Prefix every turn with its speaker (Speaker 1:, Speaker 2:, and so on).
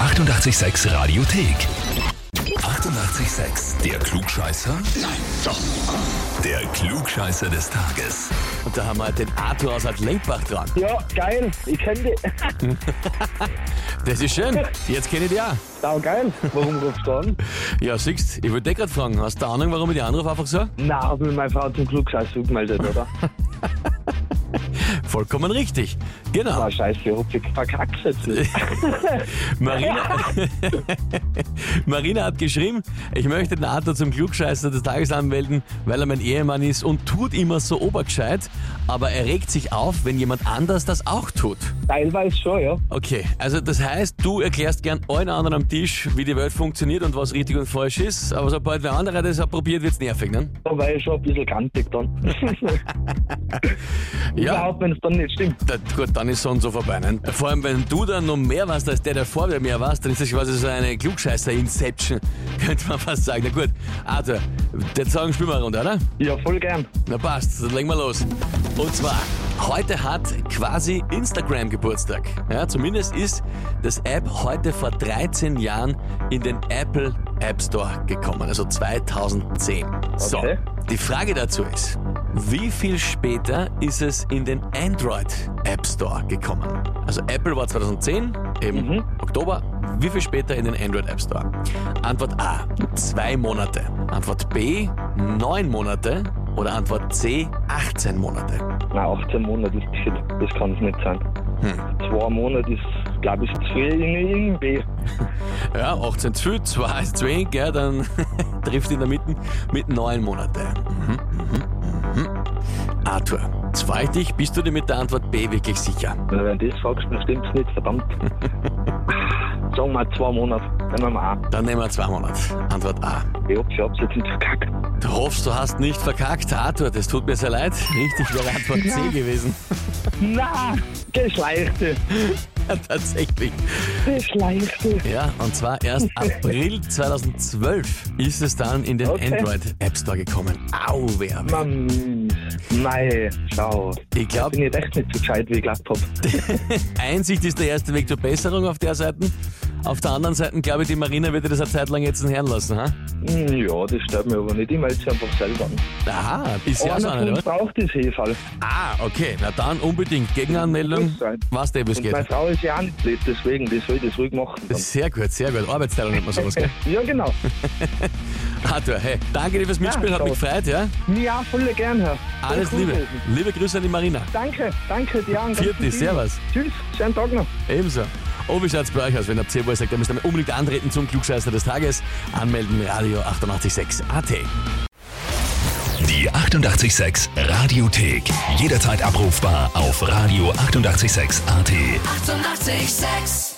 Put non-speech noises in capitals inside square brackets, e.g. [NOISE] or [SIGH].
Speaker 1: 886 Radiothek. 88,6. Der Klugscheißer? Nein, doch. Der Klugscheißer des Tages.
Speaker 2: Und da haben wir den Arthur aus Adlenkbach dran.
Speaker 3: Ja, geil. Ich kenne die.
Speaker 2: [LAUGHS] Das ist schön. Jetzt kenne ich dich auch.
Speaker 3: Sau geil. Warum rufst du an?
Speaker 2: [LAUGHS] Ja, siehst, ich wollte dich gerade fragen, hast du eine Ahnung, warum ich dich anrufe einfach so?
Speaker 3: Na, hab mich meine Frau zum Klugscheiß zugemeldet, oder?
Speaker 2: Vollkommen richtig. Genau.
Speaker 3: Ah, scheiße, ich hab dich verkackt jetzt.
Speaker 2: Marina,
Speaker 3: [LAUGHS]
Speaker 2: [LAUGHS] Marina hat geschrieben, ich möchte den Arthur zum Klugscheißer des Tages anmelden, weil er mein Ehemann ist und tut immer so obergescheit, aber er regt sich auf, wenn jemand anders das auch tut.
Speaker 3: Teilweise schon, ja.
Speaker 2: Okay, also das heißt, du erklärst gern allen anderen am Tisch, wie die Welt funktioniert und was richtig und falsch ist, aber sobald der andere das auch probiert, wird's nervig, ne?
Speaker 3: Wobei ich schon ein bisschen kantig dann. Überhaupt, wenn es dann nicht stimmt.
Speaker 2: Da, gut, dann ist so und so vorbei. Ne? Vor allem, wenn du dann noch mehr warst als der, der vor mir warst, dann ist das quasi so eine Klugscheißer-Inception, [LAUGHS] könnte man fast sagen. Na gut, Arthur, den Song spielen wir runter, oder?
Speaker 3: Ja, voll gern.
Speaker 2: Na passt, dann legen wir los. Und zwar, heute hat quasi Instagram Geburtstag. Ja, zumindest ist das App heute vor 13 Jahren in den Apple App Store gekommen, also 2010. So,
Speaker 3: Okay.
Speaker 2: die Frage dazu ist, wie viel später ist es in den Android App Store gekommen? Also Apple war 2010, im
Speaker 3: Mhm.
Speaker 2: Oktober. Wie viel später in den Android App Store? Antwort A, zwei Monate. Antwort B, neun Monate. Oder Antwort C, 18 Monate.
Speaker 3: Na, 18 Monate ist viel. Das kann es nicht sein.
Speaker 2: Hm.
Speaker 3: Zwei Monate ist, glaube ich, zu viel in, in B.
Speaker 2: Ja, 18 zu viel, 2 ist zu wenig, ja, dann [LAUGHS] trifft in der Mitte mit 9 Monate. Mhm, mhm, mhm. Arthur, zweite dich, bist du dir mit der Antwort B wirklich sicher?
Speaker 3: Na, wenn du das sagst, dann stimmt's nicht, verdammt. Sagen wir zwei Monate. Nehmen wir mal an.
Speaker 2: Dann nehmen wir 2 Monate. Antwort A.
Speaker 3: Ich hoffe, ich hab's jetzt nicht verkackt.
Speaker 2: Du hoffst, du hast nicht verkackt, Arthur, das tut mir sehr leid. Richtig wäre Antwort C gewesen.
Speaker 3: Na, geschleichte.
Speaker 2: Ja, tatsächlich.
Speaker 3: Geschleichte.
Speaker 2: Ja, und zwar erst April 2012 ist es dann in den
Speaker 3: Okay.
Speaker 2: Android App Store gekommen. Auwehr.
Speaker 3: Mann, nein, schau.
Speaker 2: Ich glaube,
Speaker 3: Bin ich echt nicht so gescheit, wie ich geglaubt hab.
Speaker 2: Einsicht ist der erste Weg zur Besserung auf der Seite. Auf der anderen Seite glaube ich, die Marina wird dir das eine Zeit lang jetzt hören lassen. Ha?
Speaker 3: Hm, Ja, das stört mich aber nicht. Ich melde sie einfach selber an.
Speaker 2: Aha, ist ja so
Speaker 3: Einer von
Speaker 2: eine,
Speaker 3: uns
Speaker 2: oder?
Speaker 3: braucht das Hefall.
Speaker 2: Ah, okay, na dann unbedingt. Gegenanmeldung,
Speaker 3: Muss sein.
Speaker 2: was der bis
Speaker 3: Und
Speaker 2: geht.
Speaker 3: meine Frau ist ja auch nicht blöd, deswegen, die soll das ruhig machen. Dann.
Speaker 2: Sehr gut, sehr gut. Arbeitsteilung nennt man sowas,
Speaker 3: [LAUGHS]
Speaker 2: gell?
Speaker 3: ja,
Speaker 2: [LAUGHS]
Speaker 3: genau.
Speaker 2: Arthur, hey, danke dir fürs Mitspielen,
Speaker 3: Ja,
Speaker 2: hat mich gefreut, ja?
Speaker 3: Ja, voll gern, Herr. Voll
Speaker 2: Alles
Speaker 3: cool
Speaker 2: Liebe.
Speaker 3: gewesen.
Speaker 2: Liebe Grüße an die Marina.
Speaker 3: Danke, danke dir auch. einen
Speaker 2: Vierte,
Speaker 3: ganzen Team.
Speaker 2: servus.
Speaker 3: Tschüss, schönen Tag noch.
Speaker 2: Ebenso. Oh, wie schaut's bei euch aus, wenn ihr 10 Uhr sagt, ihr müsst dann unbedingt antreten zum Klugscheißer des Tages. Anmelden, Radio 886 AT.
Speaker 1: Die 88,6 Radiothek. Jederzeit abrufbar auf radio886.at. 88,6.
Speaker 4: Eighty-eight, sex.